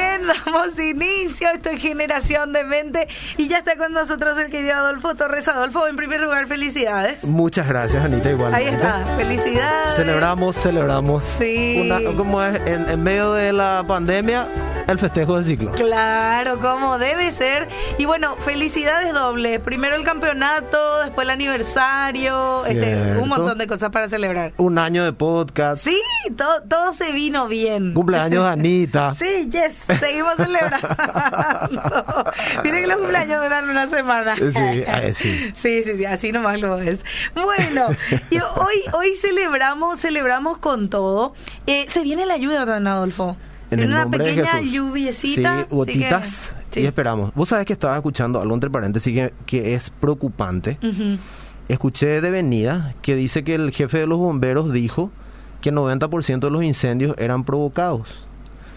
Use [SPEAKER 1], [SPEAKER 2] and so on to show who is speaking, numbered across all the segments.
[SPEAKER 1] damos inicio a esta generación de mente y ya está con nosotros el querido Adolfo Torres. Adolfo, en primer lugar, felicidades.
[SPEAKER 2] Muchas gracias, Anita, igualmente.
[SPEAKER 1] Ahí está, felicidades.
[SPEAKER 2] Celebramos, celebramos.
[SPEAKER 1] Sí.
[SPEAKER 2] Una- como es, en, en medio de la pandemia, el festejo del ciclo.
[SPEAKER 1] Claro, como debe ser. Y bueno, felicidades dobles. Primero el campeonato, después el aniversario, este,
[SPEAKER 2] Cierto.
[SPEAKER 1] un montón de cosas para celebrar.
[SPEAKER 2] Un año de podcast.
[SPEAKER 1] Sí, todo, todo se vino bien.
[SPEAKER 2] Cumpleaños de Anita.
[SPEAKER 1] Sí, yes, seguimos celebrando. Tiene que los cumpleaños duran una semana.
[SPEAKER 2] Sí, eh, sí.
[SPEAKER 1] Sí, sí, sí, así nomás lo es. Bueno, y hoy, hoy celebramos, celebramos con todo. Eh, se viene la lluvia, don Adolfo. Se
[SPEAKER 2] En
[SPEAKER 1] viene
[SPEAKER 2] el
[SPEAKER 1] una
[SPEAKER 2] nombre
[SPEAKER 1] pequeña
[SPEAKER 2] de Jesús.
[SPEAKER 1] lluviecita. así
[SPEAKER 2] Sí,
[SPEAKER 1] que-
[SPEAKER 2] gotitas.
[SPEAKER 1] sí.
[SPEAKER 2] Y esperamos. Vos sabés que estaba escuchando algo entre paréntesis que, que es preocupante.
[SPEAKER 1] Ujú.
[SPEAKER 2] Escuché de venida que dice que el jefe de los bomberos dijo que el 90% de los incendios eran provocados.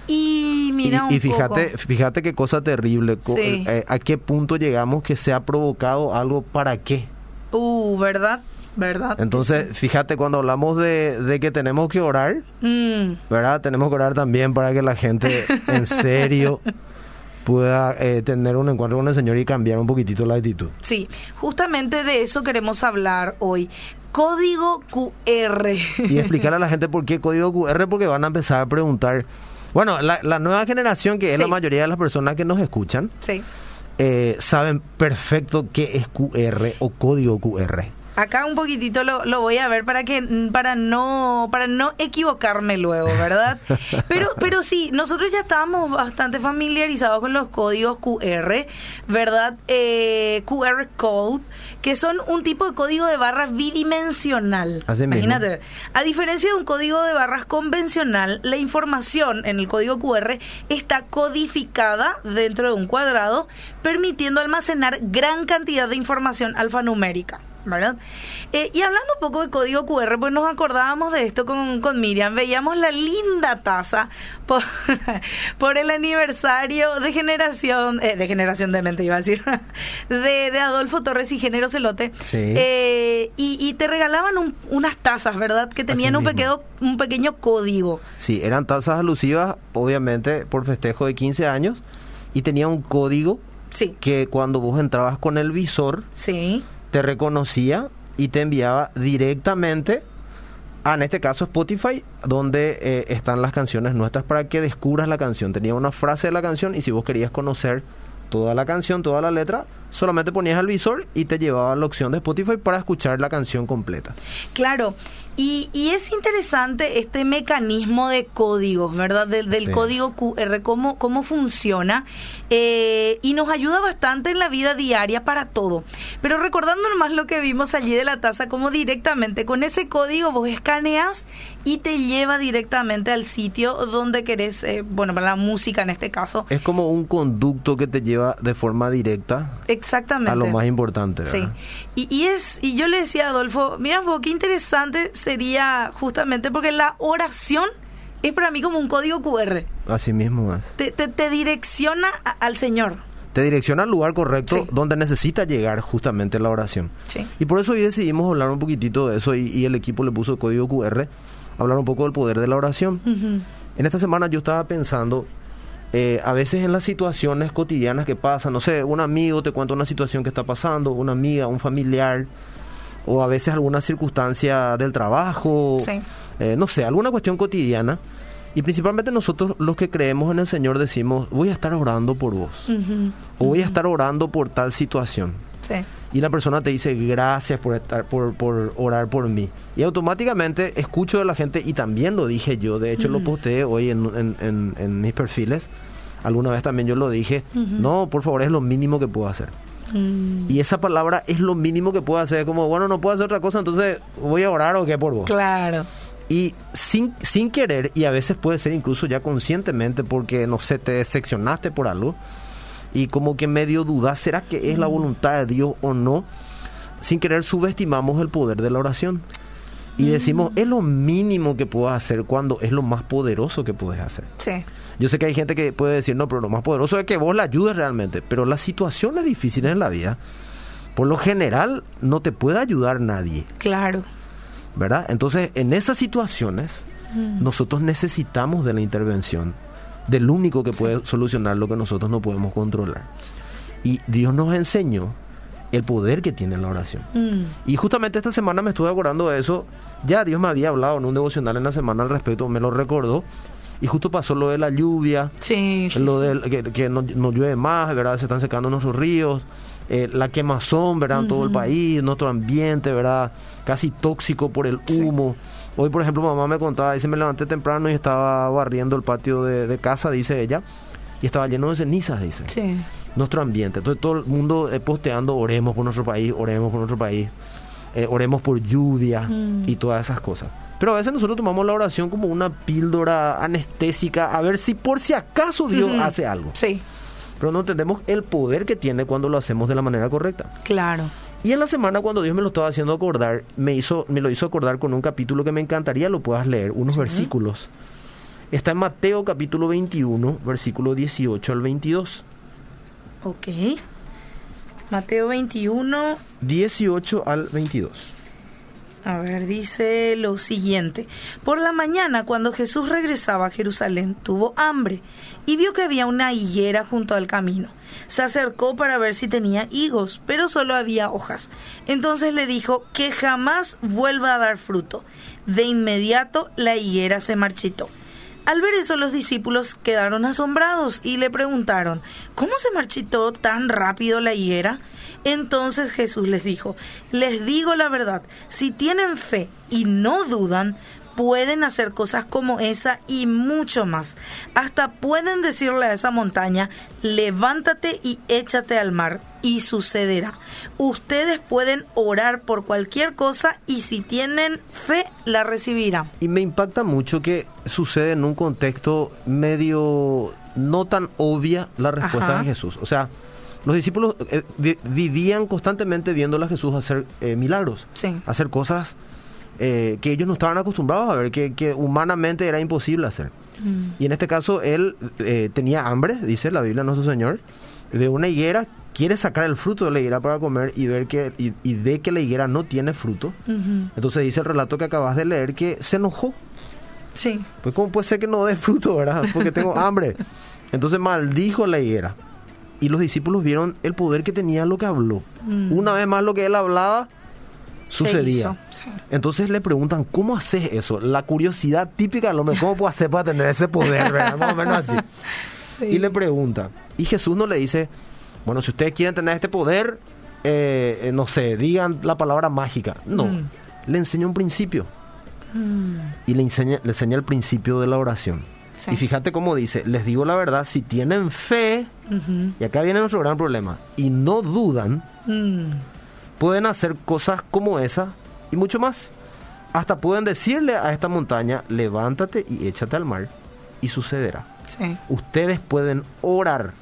[SPEAKER 1] Y mira un
[SPEAKER 2] y, y fíjate,
[SPEAKER 1] poco.
[SPEAKER 2] fíjate qué cosa terrible. co-
[SPEAKER 1] Sí.
[SPEAKER 2] eh, ¿A qué punto llegamos que se ha provocado algo para qué?
[SPEAKER 1] Uh, ¿verdad? ¿Verdad?
[SPEAKER 2] Entonces, fíjate, cuando hablamos de, de que tenemos que orar,
[SPEAKER 1] Mm.
[SPEAKER 2] ¿verdad? Tenemos que orar también para que la gente en serio pueda eh, tener un encuentro con el Señor y cambiar un poquitito la actitud.
[SPEAKER 1] Sí, justamente de eso queremos hablar hoy. Código QR.
[SPEAKER 2] Y explicar a la gente por qué código QR, porque van a empezar a preguntar. Bueno, la, la nueva generación, que es la
[SPEAKER 1] Sí.
[SPEAKER 2] mayoría de las personas que nos escuchan,
[SPEAKER 1] Sí.
[SPEAKER 2] eh, saben perfecto qué es QR o código QR.
[SPEAKER 1] Acá un poquitito lo, lo voy a ver para que mm, para no para no equivocarme luego, ¿verdad? Pero pero sí, nosotros ya estábamos bastante familiarizados con los códigos QR, ¿verdad? Eh, QR code, que son un tipo de código de barras bidimensional.
[SPEAKER 2] Así mismo.
[SPEAKER 1] Imagínate. A diferencia de un código de barras convencional, la información en el código QR está codificada dentro de un cuadrado, permitiendo almacenar gran cantidad de información alfanumérica. ¿verdad? Eh, y hablando un poco de código QR, pues nos acordábamos de esto con, con Miriam. Veíamos la linda taza por, por el aniversario de generación, eh, de generación de mente iba a decir, de, de Adolfo Torres y Género Celote.
[SPEAKER 2] Sí.
[SPEAKER 1] Eh, y, y te regalaban un- unas tazas, ¿verdad? Que tenían un
[SPEAKER 2] mismo.
[SPEAKER 1] pequeño, un pequeño código.
[SPEAKER 2] Sí, eran tazas alusivas, obviamente, por festejo de 15 años, y tenía un código
[SPEAKER 1] Sí.
[SPEAKER 2] que cuando vos entrabas con el visor,
[SPEAKER 1] Sí.
[SPEAKER 2] te reconocía y te enviaba directamente a, en este caso, Spotify, donde eh, están las canciones nuestras para que descubras la canción. Tenía una frase de la canción y si vos querías conocer toda la canción, toda la letra, solamente ponías el visor y te llevaba a la opción de Spotify para escuchar la canción completa.
[SPEAKER 1] Claro. Y, y es interesante este mecanismo de códigos, ¿verdad? Del, del
[SPEAKER 2] Sí.
[SPEAKER 1] código QR, cómo, cómo funciona. eh, y nos ayuda bastante en la vida diaria para todo. Pero recordando nomás lo que vimos allí de la taza, como directamente con ese código vos escaneas y te lleva directamente al sitio donde querés, eh, bueno, para la música en este caso.
[SPEAKER 2] Es como un conducto que te lleva de forma directa
[SPEAKER 1] Exactamente.
[SPEAKER 2] a lo más importante.
[SPEAKER 1] Sí.
[SPEAKER 2] ¿verdad?
[SPEAKER 1] Y, y es, y yo le decía a Adolfo, mira vos, qué interesante sería justamente porque la oración es para mí como un código QR.
[SPEAKER 2] Así mismo es.
[SPEAKER 1] Te, te, te direcciona a- al Señor.
[SPEAKER 2] Te direcciona al lugar correcto
[SPEAKER 1] Sí.
[SPEAKER 2] donde necesita llegar justamente la oración.
[SPEAKER 1] Sí.
[SPEAKER 2] Y por eso hoy decidimos hablar un poquitito de eso y, y el equipo le puso código QR, hablar un poco del poder de la oración.
[SPEAKER 1] Ujú.
[SPEAKER 2] En esta semana yo estaba pensando, eh, a veces en las situaciones cotidianas que pasan, no sé, un amigo te cuenta una situación que está pasando, una amiga, un familiar, o a veces alguna circunstancia del trabajo,
[SPEAKER 1] Sí.
[SPEAKER 2] eh, no sé, alguna cuestión cotidiana. Y principalmente nosotros los que creemos en el Señor decimos, voy a estar orando por vos,
[SPEAKER 1] Ujú.
[SPEAKER 2] o voy a estar orando por tal situación
[SPEAKER 1] Sí.
[SPEAKER 2] y la persona te dice gracias por estar por, por orar por mí y automáticamente escucho de la gente y también lo dije yo de hecho lo posteé hoy en, en- en- en mis perfiles alguna vez también yo lo dije no por favor es lo mínimo que puedo hacer
[SPEAKER 1] Mm,
[SPEAKER 2] y esa palabra es lo mínimo que puedo hacer es como bueno no puedo hacer otra cosa entonces voy a orar o qué por vos
[SPEAKER 1] Claro.
[SPEAKER 2] y sin, sin querer, y a veces puede ser incluso ya conscientemente, porque no sé, te decepcionaste por algo, y como que medio dudas, ¿será que es la voluntad de Dios o no? Sin querer subestimamos el poder de la oración. Y decimos, es lo mínimo que puedes hacer cuando es lo más poderoso que puedes hacer.
[SPEAKER 1] Sí.
[SPEAKER 2] Yo sé que hay gente que puede decir, no, pero lo más poderoso es que vos la ayudes realmente. Pero las situaciones difíciles en la vida, por lo general, no te puede ayudar nadie.
[SPEAKER 1] Claro.
[SPEAKER 2] ¿verdad? Entonces, en esas situaciones, nosotros necesitamos de la intervención del único que puede solucionar lo que nosotros no podemos controlar. Y Dios nos enseñó el poder que tiene la oración.
[SPEAKER 1] Mm.
[SPEAKER 2] Y justamente esta semana me estuve acordando de eso. Ya Dios me había hablado en un devocional en la semana al respecto, me lo recordó. Y justo pasó lo de la lluvia,
[SPEAKER 1] Sí, sí,
[SPEAKER 2] lo
[SPEAKER 1] sí.
[SPEAKER 2] del que, que no, no llueve más, ¿verdad? Se están secando nuestros ríos, eh, la quemazón, ¿verdad? En todo el país, nuestro ambiente, ¿verdad? Casi tóxico por el humo. Hoy, por ejemplo, mamá me contaba, dice, me levanté temprano y estaba barriendo el patio de, de casa, dice ella, y estaba lleno de cenizas, dice
[SPEAKER 1] Sí.
[SPEAKER 2] nuestro ambiente. Entonces todo el mundo eh, posteando, oremos por nuestro país, oremos por nuestro país, eh, oremos por lluvia y todas esas cosas. Pero a veces nosotros tomamos la oración como una píldora anestésica, a ver si por si acaso Dios
[SPEAKER 1] Ujú.
[SPEAKER 2] hace algo.
[SPEAKER 1] Sí,
[SPEAKER 2] Pero no entendemos el poder que tiene cuando lo hacemos de la manera correcta.
[SPEAKER 1] claro.
[SPEAKER 2] Y en la semana cuando Dios me lo estaba haciendo acordar, me hizo, me lo hizo acordar con un capítulo que me encantaría lo puedas leer, unos versículos. Está en Mateo capítulo 21, versículo 18 al 22.
[SPEAKER 1] Ok. Mateo 21,
[SPEAKER 2] 18 al 22.
[SPEAKER 1] A ver, dice lo siguiente. Por la mañana, cuando Jesús regresaba a Jerusalén, tuvo hambre y vio que había una higuera junto al camino. Se acercó para ver si tenía higos, pero solo había hojas. Entonces le dijo que jamás vuelva a dar fruto. De inmediato la higuera se marchitó. Al ver eso los discípulos quedaron asombrados y le preguntaron, ¿cómo se marchitó tan rápido la higuera? Entonces Jesús les dijo, les digo la verdad, si tienen fe y no dudan, pueden hacer cosas como esa y mucho más. Hasta pueden decirle a esa montaña, levántate y échate al mar, y sucederá. Ustedes pueden orar por cualquier cosa y si tienen fe, la recibirán.
[SPEAKER 2] Y me impacta mucho que sucede en un contexto medio no tan obvia la respuesta
[SPEAKER 1] Ajá.
[SPEAKER 2] de Jesús. O sea, los discípulos eh, vi- vivían constantemente viéndole a Jesús hacer eh, milagros,
[SPEAKER 1] Sí.
[SPEAKER 2] hacer cosas eh, que ellos no estaban acostumbrados a ver, que, que humanamente era imposible hacer. Y en este caso, él eh, tenía hambre, dice la Biblia, nuestro Señor, de una higuera, quiere sacar el fruto de la higuera para comer y, ver que, y, y ve que la higuera no tiene fruto.
[SPEAKER 1] Ujú.
[SPEAKER 2] Entonces dice el relato que acabas de leer que se enojó.
[SPEAKER 1] Sí.
[SPEAKER 2] Pues cómo puede ser que no dé fruto, ¿verdad? Porque tengo hambre. Entonces maldijo la higuera. Y los discípulos vieron el poder que tenía lo que habló. Una vez más lo que él hablaba sucedía.
[SPEAKER 1] Mm. Se hizo, sí.
[SPEAKER 2] Entonces le preguntan, ¿cómo haces eso? La curiosidad típica del hombre, ¿cómo puedo hacer para tener ese poder? ¿verdad? Más o menos así.
[SPEAKER 1] Sí.
[SPEAKER 2] Y le pregunta. Y Jesús no le dice, bueno, si ustedes quieren tener este poder, eh, eh, no sé, digan la palabra mágica. No,
[SPEAKER 1] Mm.
[SPEAKER 2] le enseña un principio.
[SPEAKER 1] Mm,
[SPEAKER 2] Y le enseña, le enseña el principio de la oración.
[SPEAKER 1] Sí.
[SPEAKER 2] Y fíjate cómo dice, les digo la verdad, si tienen fe,
[SPEAKER 1] ujú,
[SPEAKER 2] y acá viene nuestro gran problema, y no dudan,
[SPEAKER 1] mm,
[SPEAKER 2] pueden hacer cosas como esa y mucho más. Hasta pueden decirle a esta montaña, levántate y échate al mar, y sucederá.
[SPEAKER 1] sí.
[SPEAKER 2] Ustedes pueden orar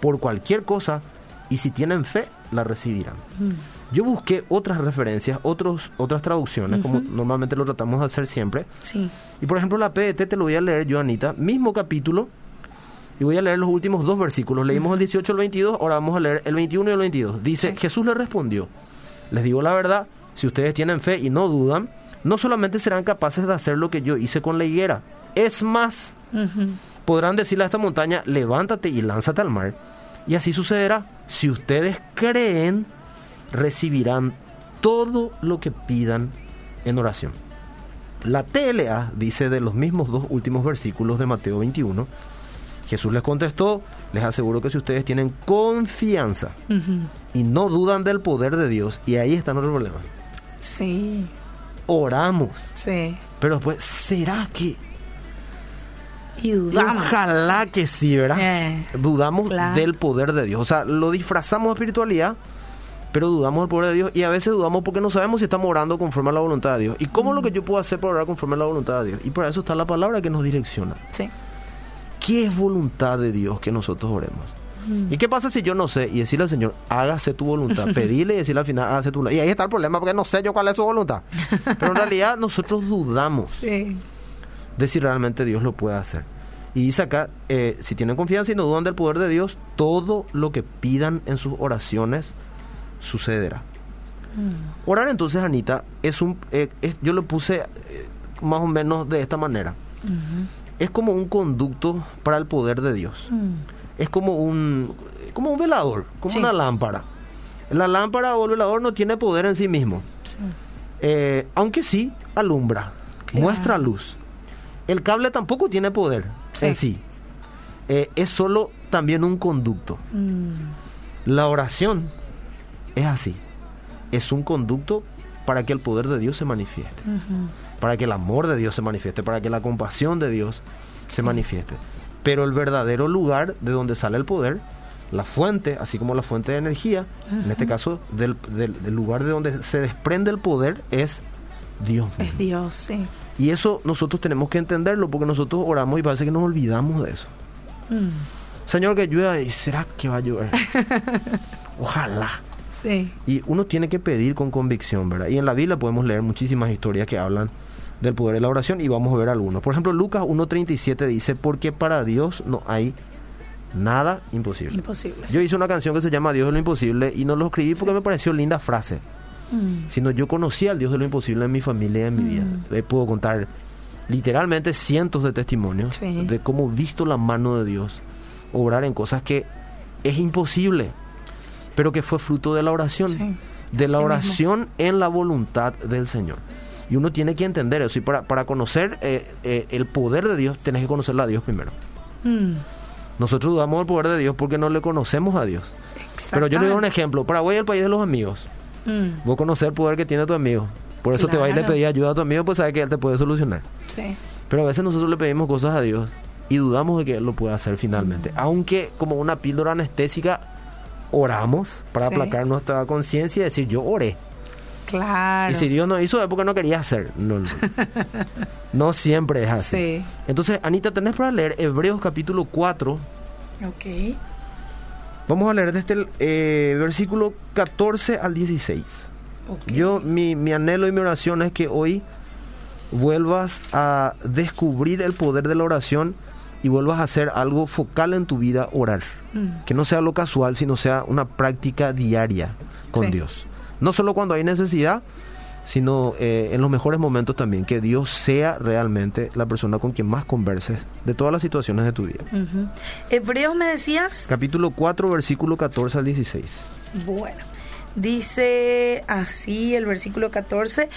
[SPEAKER 2] por cualquier cosa y si tienen fe, la recibirán. Yo busqué otras referencias, otros, otras traducciones, como normalmente lo tratamos de hacer siempre.
[SPEAKER 1] Sí.
[SPEAKER 2] Y por ejemplo, la PDT te lo voy a leer yo, Anita, mismo capítulo, y voy a leer los últimos dos versículos. Leímos el 18 al 22, ahora vamos a leer el 21 y el 22. Dice, Jesús le respondió, les digo la verdad, si ustedes tienen fe y no dudan, no solamente serán capaces de hacer lo que yo hice con la higuera, es más,
[SPEAKER 1] ujú,
[SPEAKER 2] podrán decirle a esta montaña, levántate y lánzate al mar. Y así sucederá. Si ustedes creen, recibirán todo lo que pidan en oración. La TLA dice de los mismos dos últimos versículos de Mateo 21. Jesús les contestó, les aseguro que si ustedes tienen confianza
[SPEAKER 1] ujú.
[SPEAKER 2] y no dudan del poder de Dios, y ahí está nuestro problema,
[SPEAKER 1] Sí.
[SPEAKER 2] oramos,
[SPEAKER 1] Sí.
[SPEAKER 2] pero después, ¿será que?
[SPEAKER 1] Y
[SPEAKER 2] Y
[SPEAKER 1] dudamos.
[SPEAKER 2] Ojalá que sí, ¿verdad?
[SPEAKER 1] Eh,
[SPEAKER 2] Ah. dudamos
[SPEAKER 1] claro.
[SPEAKER 2] del poder de Dios. O sea, lo disfrazamos de espiritualidad, pero dudamos del poder de Dios. Y a veces dudamos porque no sabemos si estamos orando conforme a la voluntad de Dios. ¿Y cómo es lo que yo puedo hacer para orar conforme a la voluntad de Dios? Y para eso está la palabra que nos direcciona.
[SPEAKER 1] Sí.
[SPEAKER 2] ¿Qué es voluntad de Dios que nosotros oremos? ¿Y qué pasa si yo no sé? Y decirle al Señor, hágase tu voluntad. Pedirle y decirle al final, hágase tu voluntad. Y ahí está el problema porque no sé yo cuál es su voluntad. Pero en realidad nosotros dudamos
[SPEAKER 1] Sí.
[SPEAKER 2] de si realmente Dios lo puede hacer. Y dice acá, eh, si tienen confianza y no dudan del poder de Dios, todo lo que pidan en sus oraciones sucederá. Orar entonces, Anita, es un, eh, es- yo lo puse eh, más o menos de esta manera. es como un conducto para el poder de Dios.
[SPEAKER 1] Mm.
[SPEAKER 2] Es como un, como un velador, como
[SPEAKER 1] Sí.
[SPEAKER 2] una lámpara. La lámpara o el velador no tiene poder en sí mismo. Eh, aunque sí alumbra,
[SPEAKER 1] Claro.
[SPEAKER 2] muestra luz. El cable tampoco tiene poder
[SPEAKER 1] Sí.
[SPEAKER 2] en sí. Eh, es solo también un conducto.
[SPEAKER 1] Mm.
[SPEAKER 2] La oración es así. Es un conducto para que el poder de Dios se manifieste,
[SPEAKER 1] Ujú.
[SPEAKER 2] para que el amor de Dios se manifieste, para que la compasión de Dios se manifieste. Pero el verdadero lugar de donde sale el poder, la fuente, así como la fuente de energía, en este caso del, del- del lugar de donde se desprende el poder es Dios. mismo.
[SPEAKER 1] Es Dios, sí.
[SPEAKER 2] Y eso nosotros tenemos que entenderlo porque nosotros oramos y parece que nos olvidamos de eso.
[SPEAKER 1] Mm.
[SPEAKER 2] Señor, que llueva. ¿Y será que va a llover? Ojalá.
[SPEAKER 1] Sí.
[SPEAKER 2] Y uno tiene que pedir con convicción, ¿verdad? Y en la Biblia podemos leer muchísimas historias que hablan del poder de la oración y vamos a ver algunos. Por ejemplo, Lucas 1.37 dice, porque para Dios no hay nada imposible.
[SPEAKER 1] Imposible.
[SPEAKER 2] Yo hice una canción que se llama Dios de lo imposible y no lo escribí porque me pareció linda frase,
[SPEAKER 1] Mm.
[SPEAKER 2] sino yo conocía al Dios de lo imposible en mi familia y en mi vida. Eh, puedo contar literalmente cientos de testimonios
[SPEAKER 1] Sí.
[SPEAKER 2] de cómo he visto la mano de Dios obrar en cosas que es imposible, pero que fue fruto de la oración
[SPEAKER 1] Sí.
[SPEAKER 2] de la
[SPEAKER 1] Así mismo.
[SPEAKER 2] oración en la voluntad del Señor. Y uno tiene que entender eso. Y para, para conocer eh, eh, el poder de Dios, tenés que conocerlo a Dios primero.
[SPEAKER 1] Mm.
[SPEAKER 2] Nosotros dudamos del poder de Dios porque no le conocemos a Dios. Pero yo le doy un ejemplo. Paraguay es el país de los amigos.
[SPEAKER 1] Mm.
[SPEAKER 2] Vos conocés el poder que tiene tu amigo. Por eso te va y le
[SPEAKER 1] Claro.
[SPEAKER 2] pedís ayuda a tu amigo, pues sabes que él te puede solucionar.
[SPEAKER 1] Sí.
[SPEAKER 2] Pero a veces nosotros le pedimos cosas a Dios y dudamos de que Él lo pueda hacer finalmente. Aunque como una píldora anestésica, oramos para
[SPEAKER 1] Sí.
[SPEAKER 2] aplacar nuestra conciencia y decir, yo oré.
[SPEAKER 1] Claro.
[SPEAKER 2] Y si Dios no hizo es porque no quería hacer. No, no. No siempre es así.
[SPEAKER 1] Sí.
[SPEAKER 2] Entonces, Anita, tenés para leer Hebreos capítulo 4.
[SPEAKER 1] Ok.
[SPEAKER 2] Vamos a leer desde el eh, versículo 14 al 16.
[SPEAKER 1] Ok.
[SPEAKER 2] Yo, mi, mi anhelo y mi oración es que hoy vuelvas a descubrir el poder de la oración y vuelvas a hacer algo focal en tu vida, orar.
[SPEAKER 1] Mm.
[SPEAKER 2] Que no sea lo casual, sino sea una práctica diaria con
[SPEAKER 1] Sí.
[SPEAKER 2] Dios. No solo cuando hay necesidad, sino eh, en los mejores momentos también. Que Dios sea realmente la persona con quien más converses de todas las situaciones de tu vida.
[SPEAKER 1] Ujú. Hebreos me decías.
[SPEAKER 2] Capítulo 4, versículo 14 al 16.
[SPEAKER 1] Bueno, dice así el versículo 14.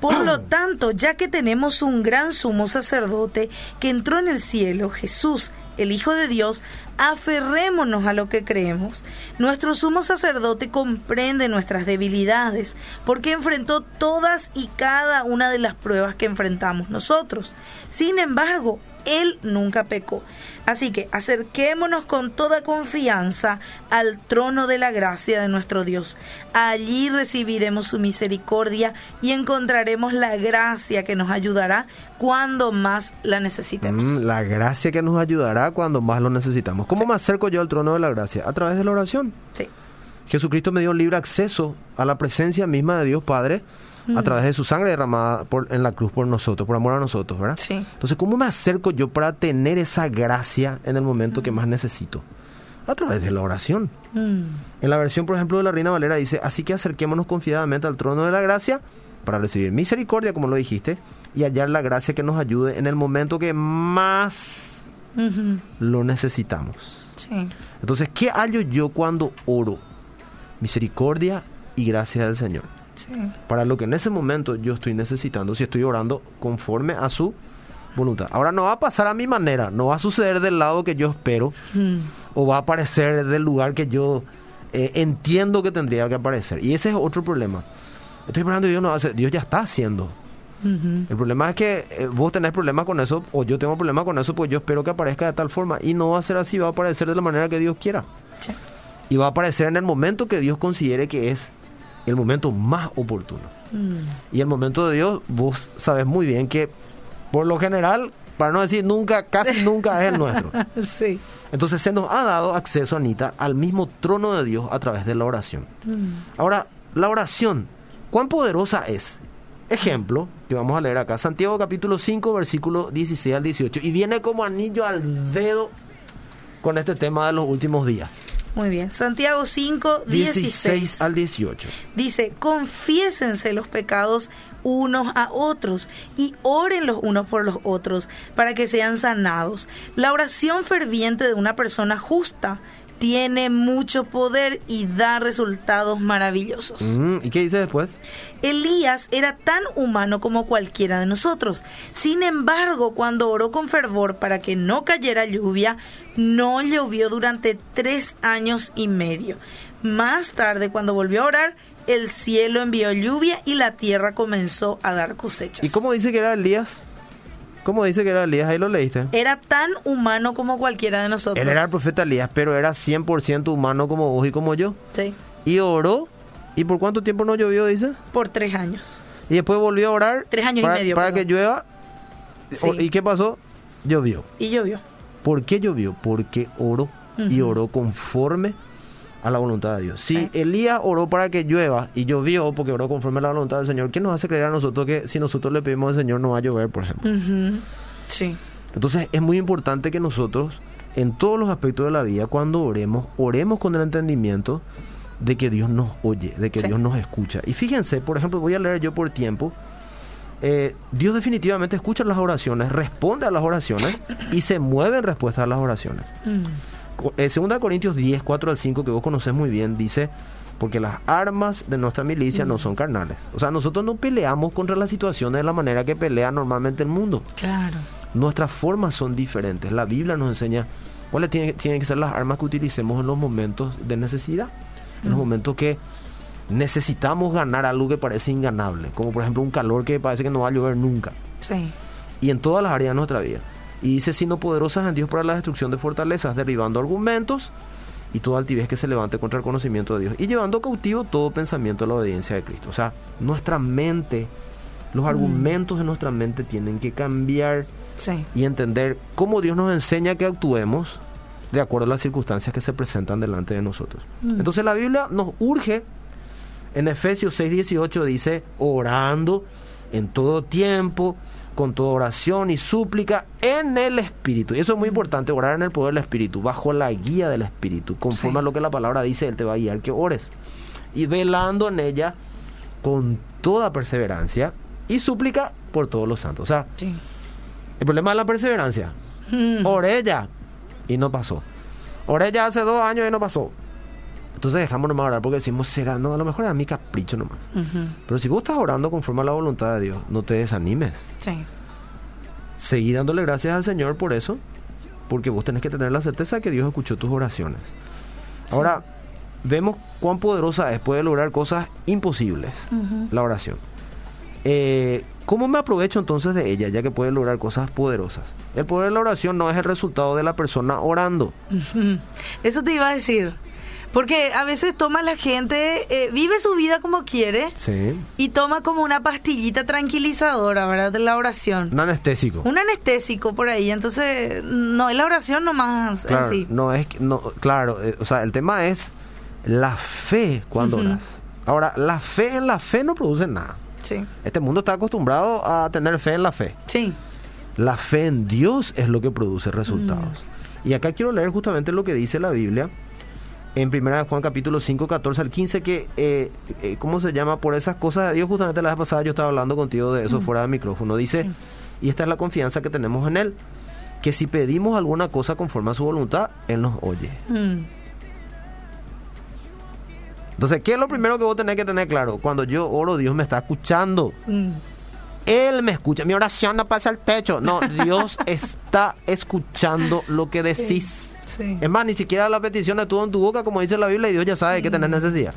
[SPEAKER 1] Por lo tanto, ya que tenemos un gran sumo sacerdote que entró en el cielo, Jesús, el Hijo de Dios, aferrémonos a lo que creemos. Nuestro sumo sacerdote comprende nuestras debilidades, porque enfrentó todas y cada una de las pruebas que enfrentamos nosotros. Sin embargo, él nunca pecó. Así que acerquémonos con toda confianza al trono de la gracia de nuestro Dios. Allí recibiremos su misericordia y encontraremos la gracia que nos ayudará cuando más la necesitemos.
[SPEAKER 2] Mm, la gracia que nos ayudará cuando más lo necesitamos. ¿Cómo me acerco yo al trono de la gracia? A través de la oración.
[SPEAKER 1] Sí.
[SPEAKER 2] Jesucristo me dio libre acceso a la presencia misma de Dios Padre a través de su sangre derramada por- en la cruz por nosotros, por amor a nosotros, ¿verdad?
[SPEAKER 1] Sí.
[SPEAKER 2] Entonces, ¿cómo me acerco yo para tener esa gracia en el momento que más necesito? A través de la oración.
[SPEAKER 1] Mm.
[SPEAKER 2] En la versión, por ejemplo, de la Reina Valera dice, así que acerquémonos confiadamente al trono de la gracia para recibir misericordia, como lo dijiste, y hallar la gracia que nos ayude en el momento que más
[SPEAKER 1] Ujú.
[SPEAKER 2] lo necesitamos.
[SPEAKER 1] Sí.
[SPEAKER 2] Entonces, ¿qué hallo yo cuando oro? Misericordia y gracia del Señor.
[SPEAKER 1] Sí.
[SPEAKER 2] Para lo que en ese momento yo estoy necesitando, si estoy orando conforme a su voluntad. Ahora no va a pasar a mi manera, no va a suceder del lado que yo espero,
[SPEAKER 1] Mm.
[SPEAKER 2] o va a aparecer del lugar que yo eh, entiendo que tendría que aparecer. Y ese es otro problema. Estoy esperando y Dios no hace, Dios ya está haciendo.
[SPEAKER 1] Ujú.
[SPEAKER 2] El problema es que eh, vos tenés problemas con eso, o yo tengo problemas con eso, pues yo espero que aparezca de tal forma. Y no va a ser así, va a aparecer de la manera que Dios quiera.
[SPEAKER 1] Sí.
[SPEAKER 2] Y va a aparecer en el momento que Dios considere que es el momento más oportuno.
[SPEAKER 1] Mm.
[SPEAKER 2] Y el momento de Dios, vos sabes muy bien que, por lo general, para no decir nunca, casi nunca es el nuestro.
[SPEAKER 1] Sí.
[SPEAKER 2] Entonces se nos ha dado acceso, Anita, al mismo trono de Dios a través de la oración.
[SPEAKER 1] Mm.
[SPEAKER 2] Ahora, la oración, ¿cuán poderosa es? Ejemplo, que vamos a leer acá, Santiago capítulo 5, versículo 16 al 18, y viene como anillo al dedo con este tema de los últimos días.
[SPEAKER 1] Muy bien. Santiago 5, 16.
[SPEAKER 2] 16 al 18.
[SPEAKER 1] Dice, confiésense los pecados unos a otros y oren los unos por los otros para que sean sanados. La oración ferviente de una persona justa tiene mucho poder y da resultados maravillosos.
[SPEAKER 2] Mm, ¿Y qué dice después?
[SPEAKER 1] Elías era tan humano como cualquiera de nosotros. Sin embargo, cuando oró con fervor para que no cayera lluvia, no llovió durante tres años y medio. Más tarde, cuando volvió a orar, el cielo envió lluvia y la tierra comenzó a dar cosechas.
[SPEAKER 2] ¿Y cómo dice que era Elías? ¿Cómo dice que era Elías? Ahí lo leíste.
[SPEAKER 1] Era tan humano como cualquiera de nosotros.
[SPEAKER 2] Él era el profeta Elías, pero era 100% humano como vos y como yo.
[SPEAKER 1] Sí,
[SPEAKER 2] Y oró. ¿Y por cuánto tiempo no llovió, dice?
[SPEAKER 1] por tres años.
[SPEAKER 2] Y después volvió a orar.
[SPEAKER 1] Tres años y
[SPEAKER 2] para,
[SPEAKER 1] medio,
[SPEAKER 2] Para
[SPEAKER 1] perdón.
[SPEAKER 2] que llueva. O-
[SPEAKER 1] Sí.
[SPEAKER 2] ¿Y qué pasó? Llovió.
[SPEAKER 1] Y llovió.
[SPEAKER 2] ¿Por qué llovió? Porque oró. Y
[SPEAKER 1] Ujú.
[SPEAKER 2] oró conforme a la voluntad de Dios. Si
[SPEAKER 1] Sí.
[SPEAKER 2] Elías oró para que llueva y llovió porque oró conforme a la voluntad del Señor, ¿qué nos hace creer a nosotros que si nosotros le pedimos al Señor no va a llover, por ejemplo?
[SPEAKER 1] Ujú. Sí.
[SPEAKER 2] Entonces es muy importante que nosotros, en todos los aspectos de la vida, cuando oremos, oremos con el entendimiento de que Dios nos oye, de que
[SPEAKER 1] Sí.
[SPEAKER 2] Dios nos escucha. Y fíjense, por ejemplo, voy a leer yo por tiempo, eh, Dios definitivamente escucha las oraciones, responde a las oraciones y se mueve en respuesta a las oraciones.
[SPEAKER 1] Mm.
[SPEAKER 2] Co- eh, Segunda Corintios 10, 4 al 5, que vos conocés muy bien, dice, porque las armas de nuestra milicia no son carnales. O sea, nosotros no peleamos contra las situaciones de la manera que pelea normalmente el mundo
[SPEAKER 1] Claro.
[SPEAKER 2] nuestras formas son diferentes. La Biblia nos enseña cuáles tienen, tienen que ser las armas que utilicemos en los momentos de necesidad, en los momentos que necesitamos ganar algo que parece inganable, como por ejemplo un calor que parece que no va a llover nunca,
[SPEAKER 1] Sí.
[SPEAKER 2] y en todas las áreas de nuestra vida. Y dice, sino poderosas en Dios para la destrucción de fortalezas, derribando argumentos y toda altivez que se levante contra el conocimiento de Dios, y llevando cautivo todo pensamiento a la obediencia de Cristo. O sea, nuestra mente, los argumentos de nuestra mente tienen que cambiar
[SPEAKER 1] Sí.
[SPEAKER 2] y entender cómo Dios nos enseña que actuemos de acuerdo a las circunstancias que se presentan delante de nosotros.
[SPEAKER 1] Mm.
[SPEAKER 2] Entonces la Biblia nos urge, en Efesios 6:18 dice, orando en todo tiempo, con toda oración y súplica en el Espíritu. Y eso es
[SPEAKER 1] Mm.
[SPEAKER 2] muy importante, orar en el poder del Espíritu, bajo la guía del Espíritu, conforme
[SPEAKER 1] Sí.
[SPEAKER 2] a lo que la palabra dice, Él te va a guiar que ores. Y velando en ella con toda perseverancia y súplica por todos los santos. O sea,
[SPEAKER 1] Sí.
[SPEAKER 2] el problema es la perseverancia.
[SPEAKER 1] Mm.
[SPEAKER 2] Orella. Y no pasó. Orella hace dos años y no pasó. Entonces dejamos nomás orar porque decimos, será, no, a lo mejor era mi capricho nomás.
[SPEAKER 1] Ujú.
[SPEAKER 2] Pero si vos estás orando conforme a la voluntad de Dios, no te desanimes.
[SPEAKER 1] Sí.
[SPEAKER 2] Seguí dándole gracias al Señor por eso, porque vos tenés que tener la certeza que Dios escuchó tus oraciones. Ahora, vemos cuán poderosa es, puede lograr cosas imposibles,
[SPEAKER 1] Ujú.
[SPEAKER 2] la oración. Eh, ¿Cómo me aprovecho entonces de ella, ya que puede lograr cosas poderosas? El poder de la oración no es el resultado de la persona orando.
[SPEAKER 1] Ujú. Eso te iba a decir. Porque a veces toma la gente, eh, vive su vida como quiere
[SPEAKER 2] Sí.
[SPEAKER 1] y toma como una pastillita tranquilizadora, ¿verdad? De la oración.
[SPEAKER 2] Un anestésico.
[SPEAKER 1] Un anestésico por ahí. Entonces, no es la oración nomás
[SPEAKER 2] Claro,
[SPEAKER 1] en sí.
[SPEAKER 2] no es que- no, claro, eh, o sea, el tema es la fe cuando
[SPEAKER 1] Ujú.
[SPEAKER 2] oras. Ahora, la fe en la fe no produce nada.
[SPEAKER 1] Sí.
[SPEAKER 2] Este mundo está acostumbrado a tener fe en la fe.
[SPEAKER 1] Sí.
[SPEAKER 2] La fe en Dios es lo que produce resultados. Y acá quiero leer justamente lo que dice la Biblia en 1 de Juan capítulo 5, 14 al 15, que, eh, eh, ¿cómo se llama? Por esas cosas de Dios, justamente la vez pasada yo estaba hablando contigo de eso fuera de micrófono. Dice, y esta es la confianza que tenemos en Él, que si pedimos alguna cosa conforme a su voluntad, Él nos oye.
[SPEAKER 1] Mm.
[SPEAKER 2] Entonces, ¿qué es lo primero que vos tenés que tener claro? Cuando yo oro, Dios me está escuchando.
[SPEAKER 1] Mm.
[SPEAKER 2] Él me escucha. Mi oración no pasa al techo. No, Dios está escuchando lo que decís.
[SPEAKER 1] Sí.
[SPEAKER 2] Es más, ni siquiera la petición estuvo en tu boca, como dice la Biblia, y Dios ya sabe que tenés necesidad.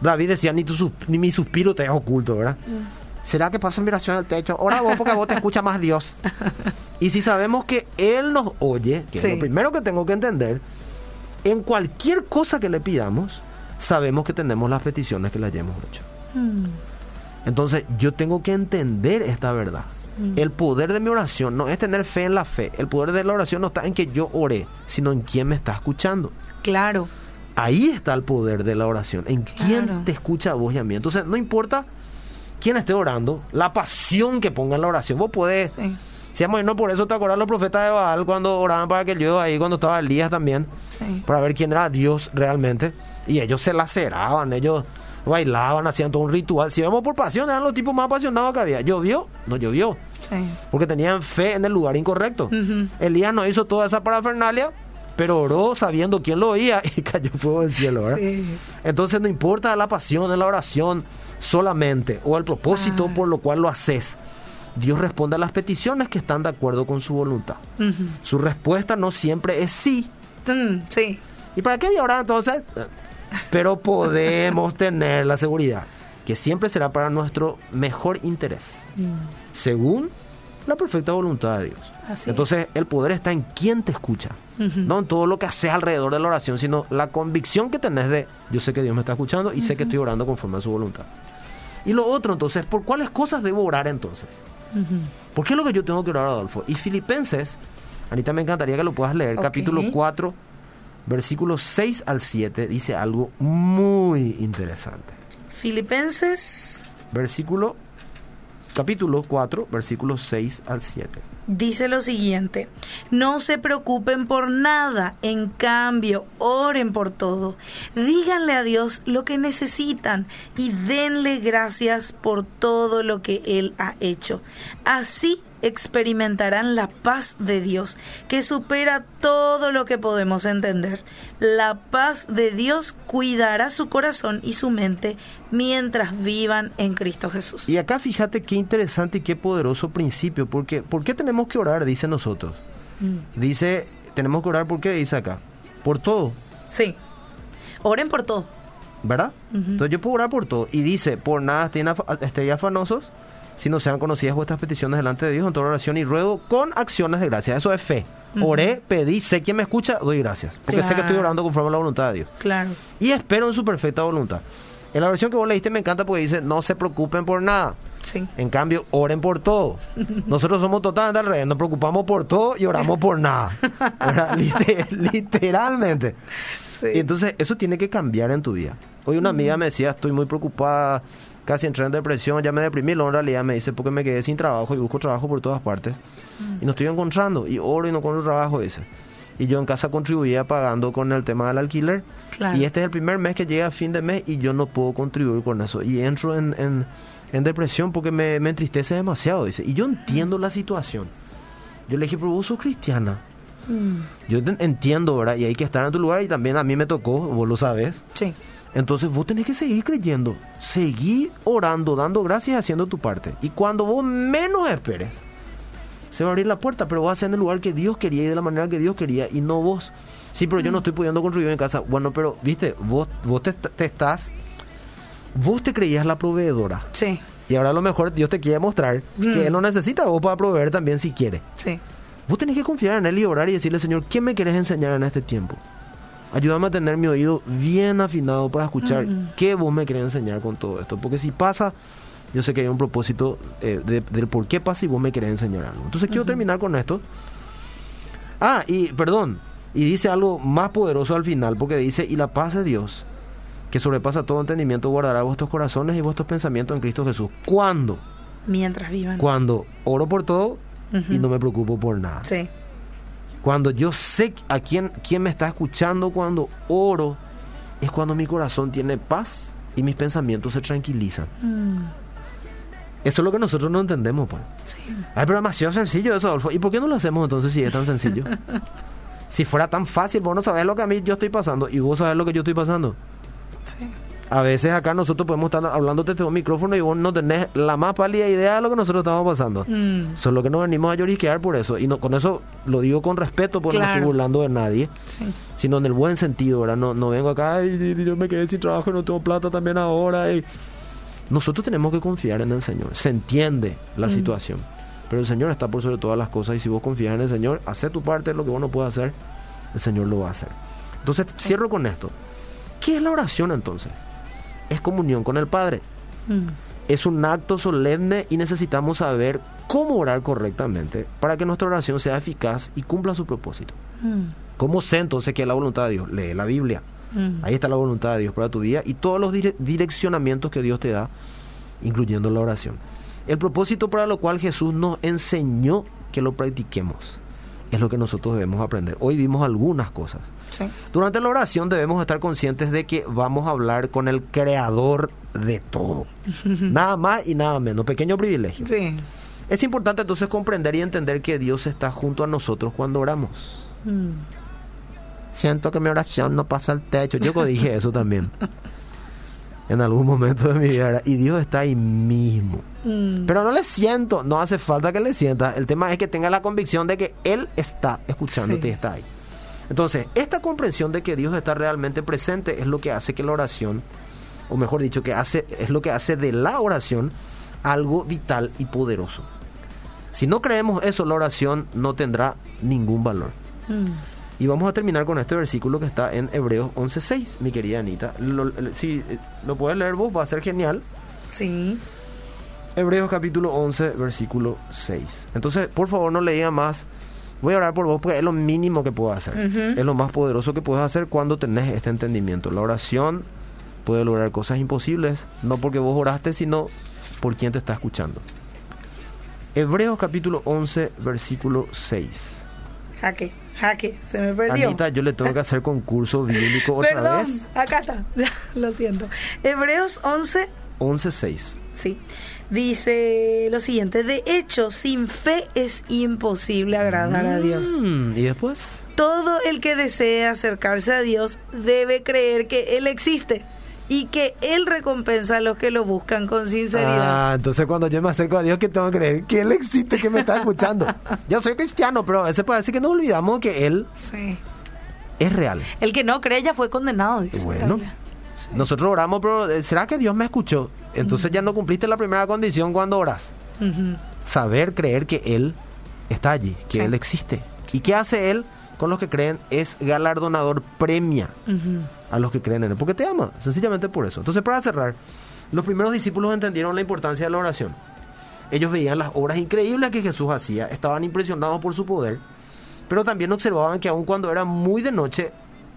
[SPEAKER 2] David decía, ni, tu susp- ni mi suspiro te es oculto, ¿verdad?
[SPEAKER 1] Mm.
[SPEAKER 2] ¿Será que pasa mi oración al techo? Ora vos porque a vos te escucha más Dios. Y si sabemos que Él nos oye, que es
[SPEAKER 1] Sí.
[SPEAKER 2] lo primero que tengo que entender, en cualquier cosa que le pidamos, sabemos que tenemos las peticiones que le hayamos hecho.
[SPEAKER 1] Mm.
[SPEAKER 2] Entonces yo tengo que entender esta verdad.
[SPEAKER 1] Mm.
[SPEAKER 2] El poder de mi oración no es tener fe en la fe. El poder de la oración no está en que yo oré, sino en quién me está escuchando.
[SPEAKER 1] Claro.
[SPEAKER 2] Ahí está el poder de la oración. En
[SPEAKER 1] Claro.
[SPEAKER 2] quién te escucha a vos y a mí. Entonces no importa quién esté orando, la pasión que ponga en la oración. Vos podés
[SPEAKER 1] Sí.
[SPEAKER 2] hacíamos y no por eso te acordás los profetas de Baal cuando oraban para que llueva ahí cuando estaba Elías también
[SPEAKER 1] Sí.
[SPEAKER 2] para ver quién era Dios realmente y ellos se laceraban ellos bailaban hacían todo un ritual si vemos por pasión eran los tipos más apasionados que había llovió no llovió
[SPEAKER 1] Sí.
[SPEAKER 2] porque tenían fe en el lugar incorrecto
[SPEAKER 1] Ujú.
[SPEAKER 2] Elías no hizo toda esa parafernalia pero oró sabiendo quién lo oía y cayó fuego del cielo ¿verdad?
[SPEAKER 1] Sí.
[SPEAKER 2] Entonces no importa la pasión en la oración solamente o el propósito
[SPEAKER 1] Ah.
[SPEAKER 2] por lo cual lo haces. Dios responde a las peticiones que están de acuerdo con su voluntad.
[SPEAKER 1] Ujú.
[SPEAKER 2] Su respuesta no siempre es sí.
[SPEAKER 1] Mm, sí.
[SPEAKER 2] ¿Y para qué voy a orar entonces? Pero podemos tener la seguridad que siempre será para nuestro mejor interés,
[SPEAKER 1] Mm,
[SPEAKER 2] según la perfecta voluntad de Dios.
[SPEAKER 1] Así es.
[SPEAKER 2] entonces el poder está en quien te escucha,
[SPEAKER 1] Ujú.
[SPEAKER 2] no en todo lo que haces alrededor de la oración, sino la convicción que tenés de yo sé que Dios me está escuchando y sé que estoy orando conforme a su voluntad. Y lo otro entonces, ¿por cuáles cosas debo orar entonces?
[SPEAKER 1] Ujú.
[SPEAKER 2] ¿Por qué es lo que yo tengo que orar, Adolfo? Y Filipenses, Anita, me encantaría que lo puedas leer,
[SPEAKER 1] Ok.
[SPEAKER 2] capítulo 4, versículos 6 al 7, dice algo muy interesante.
[SPEAKER 1] Filipenses
[SPEAKER 2] Versículo, capítulo 4, versículos 6 al 7.
[SPEAKER 1] dice lo siguiente, no se preocupen por nada, en cambio, oren por todo, díganle a Dios lo que necesitan y denle gracias por todo lo que Él ha hecho. Así experimentarán la paz de Dios, que supera todo lo que podemos entender. La paz de Dios cuidará su corazón y su mente mientras vivan en Cristo Jesús.
[SPEAKER 2] Y acá fíjate qué interesante y qué poderoso principio, porque ¿por qué tenemos que orar? Dice nosotros.
[SPEAKER 1] Mm.
[SPEAKER 2] Dice, tenemos que orar, ¿por qué? Dice acá. Por todo,
[SPEAKER 1] Sí. Oren por todo.
[SPEAKER 2] ¿verdad?
[SPEAKER 1] Ujú.
[SPEAKER 2] Entonces yo puedo orar por todo. Y dice, por nada estén af- estéis afanosos, si no sean conocidas vuestras peticiones delante de Dios en toda oración y ruego con acciones de gracia. Eso es fe. Oré, pedí, sé quién me escucha, doy gracias. Porque sé que estoy
[SPEAKER 1] Claro.
[SPEAKER 2] orando conforme a la voluntad de Dios.
[SPEAKER 1] Claro.
[SPEAKER 2] Y espero en su perfecta voluntad. En la oración que vos leíste me encanta porque dice, no se preocupen por nada.
[SPEAKER 1] Sí.
[SPEAKER 2] En cambio, oren por todo. Nosotros somos totalmente al revés. Nos preocupamos por todo y oramos por nada. ¿Verdad? Liter- literalmente. Y entonces, eso tiene que cambiar en tu vida. Hoy una amiga me decía, estoy muy preocupada, casi entré en depresión, ya me deprimí. Luego en realidad me dice, porque me quedé sin trabajo y busco trabajo por todas partes. Y no estoy encontrando. Y oro y no encuentro trabajo, dice. Y yo en casa contribuía pagando con el tema del alquiler.
[SPEAKER 1] Claro.
[SPEAKER 2] Y este es el primer mes que llega a fin de mes y yo no puedo contribuir con eso. Y entro en, en- en depresión porque me, me entristece demasiado, dice. Y yo entiendo la situación. Yo le dije, pero vos sos cristiana.
[SPEAKER 1] Mm,
[SPEAKER 2] Yo te entiendo, ¿verdad? Y hay que estar en tu lugar y también a mí me tocó, vos lo sabes.
[SPEAKER 1] sí.
[SPEAKER 2] Entonces vos tenés que seguir creyendo, seguir orando, dando gracias, haciendo tu parte. Y cuando vos menos esperes, se va a abrir la puerta, pero vas a ser en el lugar que Dios quería y de la manera que Dios quería y no vos. Sí, pero yo no estoy pudiendo construir en casa. Bueno, pero viste, vos, vos te, te estás, vos te creías la proveedora.
[SPEAKER 1] Sí.
[SPEAKER 2] Y ahora a lo mejor Dios te quiere mostrar
[SPEAKER 1] Mm.
[SPEAKER 2] que Él no necesita a vos para proveer también si quiere.
[SPEAKER 1] Sí.
[SPEAKER 2] Vos tenés que confiar en Él y orar y decirle, Señor, ¿qué me querés enseñar en este tiempo? Ayúdame a tener mi oído bien afinado para escuchar
[SPEAKER 1] Mm.
[SPEAKER 2] qué vos me querés enseñar con todo esto. Porque si pasa, yo sé que hay un propósito eh, de- del por qué pasa y vos me querés enseñar algo. Entonces quiero terminar con esto. Ah, y perdón, y dice algo más poderoso al final, porque dice, y la paz de Dios, que sobrepasa todo entendimiento, guardará vuestros corazones y vuestros pensamientos en Cristo Jesús. ¿Cuándo?
[SPEAKER 1] Mientras vivan.
[SPEAKER 2] Cuando oro por todo y
[SPEAKER 1] Ujú.
[SPEAKER 2] no me preocupo por nada
[SPEAKER 1] Sí.
[SPEAKER 2] cuando yo sé a quién, quién me está escuchando, cuando oro, es cuando mi corazón tiene paz y mis pensamientos se tranquilizan.
[SPEAKER 1] Mm,
[SPEAKER 2] Eso es lo que nosotros no entendemos, pues.
[SPEAKER 1] sí.
[SPEAKER 2] Ay, pero demasiado sencillo eso, Adolfo. ¿Y por qué no lo hacemos entonces si es tan sencillo? si fuera tan fácil, vos no sabés lo que a mí yo estoy pasando y vos sabés lo que yo estoy pasando.
[SPEAKER 1] Sí.
[SPEAKER 2] A veces acá nosotros podemos estar hablándote de un micrófono y vos no tenés la más pálida idea de lo que nosotros estamos pasando.
[SPEAKER 1] Mm,
[SPEAKER 2] Solo que nos venimos a lloriquear por eso. Y no, con eso lo digo con respeto porque no
[SPEAKER 1] Claro.
[SPEAKER 2] estoy burlando de nadie.
[SPEAKER 1] sí.
[SPEAKER 2] sino en el buen sentido, ¿verdad? No, no vengo acá y yo me quedé sin trabajo y no tengo plata también ahora. y-". Nosotros tenemos que confiar en el Señor. Se entiende la situación. Pero el Señor está por sobre todas las cosas y si vos confías en el Señor, hace tu parte, lo que vos no puedes hacer, el Señor lo va a hacer. Entonces, cierro con esto. ¿Qué es la oración entonces? Es comunión con el Padre.
[SPEAKER 1] Mm,
[SPEAKER 2] Es un acto solemne y necesitamos saber cómo orar correctamente para que nuestra oración sea eficaz y cumpla su propósito.
[SPEAKER 1] mm,
[SPEAKER 2] ¿Cómo sé entonces que es la voluntad de Dios? Lee la Biblia.
[SPEAKER 1] mm.
[SPEAKER 2] Ahí está la voluntad de Dios para tu vida y todos los dire- direccionamientos que Dios te da, incluyendo la oración. El propósito para lo cual Jesús nos enseñó que lo practiquemos. Es lo que nosotros debemos aprender. Hoy vimos algunas cosas.
[SPEAKER 1] Sí.
[SPEAKER 2] Durante la oración debemos estar conscientes de que vamos a hablar con el creador de todo. nada más y nada menos. Pequeño privilegio.
[SPEAKER 1] Sí.
[SPEAKER 2] Es importante entonces comprender y entender que Dios está junto a nosotros cuando oramos.
[SPEAKER 1] Mm.
[SPEAKER 2] Siento que mi oración no pasa al techo. Yo que dije eso también. En algún momento de mi vida. ¿verdad? Y Dios está ahí mismo.
[SPEAKER 1] Mm.
[SPEAKER 2] Pero no le siento. No hace falta que le sienta. El tema es que tenga la convicción de que Él está escuchándote
[SPEAKER 1] Sí.
[SPEAKER 2] y está ahí. Entonces, esta comprensión de que Dios está realmente presente es lo que hace que la oración, o mejor dicho, que hace, es lo que hace de la oración algo vital y poderoso. Si no creemos eso, la oración no tendrá ningún valor.
[SPEAKER 1] Mm.
[SPEAKER 2] Y vamos a terminar con este versículo que está en Hebreos 11.6, mi querida Anita. Lo- lo- si eh, lo puedes leer vos, va a ser genial.
[SPEAKER 1] Sí.
[SPEAKER 2] Hebreos capítulo 11, versículo 6. Entonces, por favor, no le diga más. Voy a orar por vos porque es lo mínimo que puedo hacer.
[SPEAKER 1] Ujú.
[SPEAKER 2] Es lo más poderoso que puedes hacer cuando tenés este entendimiento. La oración puede lograr cosas imposibles, no porque vos oraste, sino por quien te está escuchando. Hebreos capítulo 11, versículo 6.
[SPEAKER 1] Jaque, jaque, se me perdió.
[SPEAKER 2] Anita, yo le tengo que hacer concurso bíblico otra
[SPEAKER 1] Perdón,
[SPEAKER 2] vez.
[SPEAKER 1] acá está. Lo siento. Hebreos 11,
[SPEAKER 2] 11.6.
[SPEAKER 1] sí. Dice lo siguiente, de hecho, sin fe es imposible agradar a Dios.
[SPEAKER 2] Mm, ¿Y después?
[SPEAKER 1] Todo el que desea acercarse a Dios debe creer que Él existe y que Él recompensa a los que lo buscan con sinceridad.
[SPEAKER 2] Ah, entonces cuando yo me acerco a Dios, ¿qué tengo que creer? Que Él existe, que me está escuchando. yo soy cristiano, pero a veces parece que nos olvidamos que Él
[SPEAKER 1] Sí.
[SPEAKER 2] es real.
[SPEAKER 1] El que no cree ya fue condenado. dice
[SPEAKER 2] Bueno.
[SPEAKER 1] la Biblia.
[SPEAKER 2] Nosotros oramos, pero eh, ¿será que Dios me escuchó? Entonces ya no cumpliste la primera condición cuando oras.
[SPEAKER 1] Ujú.
[SPEAKER 2] Saber, creer que Él está allí, que
[SPEAKER 1] Sí.
[SPEAKER 2] Él existe. ¿Y qué hace Él con los que creen? Es galardonador, premia
[SPEAKER 1] Ujú.
[SPEAKER 2] a los que creen en Él. Porque te ama, sencillamente por eso. Entonces, para cerrar, los primeros discípulos entendieron la importancia de la oración. Ellos veían las obras increíbles que Jesús hacía, estaban impresionados por su poder, pero también observaban que aun cuando era muy de noche,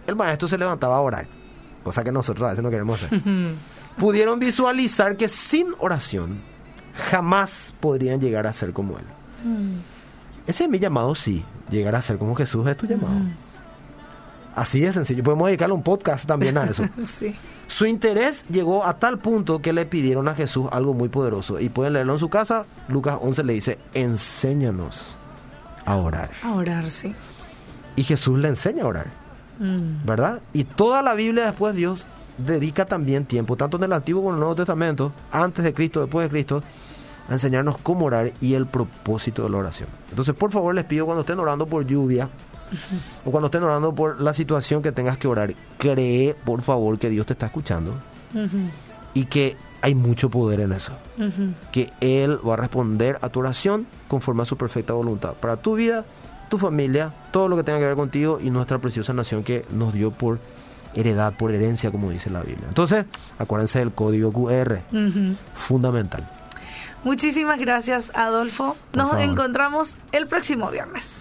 [SPEAKER 2] el maestro se levantaba a orar, cosa que nosotros a veces no queremos hacer. Pudieron visualizar que sin oración jamás podrían llegar a ser como Él. Ese es mi llamado, sí. Llegar a ser como Jesús es tu llamado. Así de sencillo. Podemos dedicarle un podcast también a eso.
[SPEAKER 1] Sí.
[SPEAKER 2] Su interés llegó a tal punto que le pidieron a Jesús algo muy poderoso. Y pueden leerlo en su casa. Lucas 11 le dice, enséñanos a orar.
[SPEAKER 1] A orar, sí.
[SPEAKER 2] Y Jesús le enseña a orar,
[SPEAKER 1] Mm.
[SPEAKER 2] ¿verdad? Y toda la Biblia después Dios dedica también tiempo, tanto en el Antiguo como en el Nuevo Testamento, antes de Cristo, después de Cristo, a enseñarnos cómo orar y el propósito de la oración. Entonces, por favor, les pido cuando estén orando por lluvia o cuando estén orando por la situación que tengas que orar, cree, por favor, que Dios te está escuchando
[SPEAKER 1] Ujú.
[SPEAKER 2] y que hay mucho poder en eso.
[SPEAKER 1] Ujú.
[SPEAKER 2] Que Él va a responder a tu oración conforme a su perfecta voluntad para tu vida, tu familia, todo lo que tenga que ver contigo y nuestra preciosa nación que nos dio por heredad, por herencia, como dice la Biblia. Entonces, acuérdense del código QR,
[SPEAKER 1] Ujú.
[SPEAKER 2] fundamental.
[SPEAKER 1] Muchísimas gracias, Adolfo.
[SPEAKER 2] Por
[SPEAKER 1] Nos
[SPEAKER 2] favor.
[SPEAKER 1] encontramos el próximo viernes.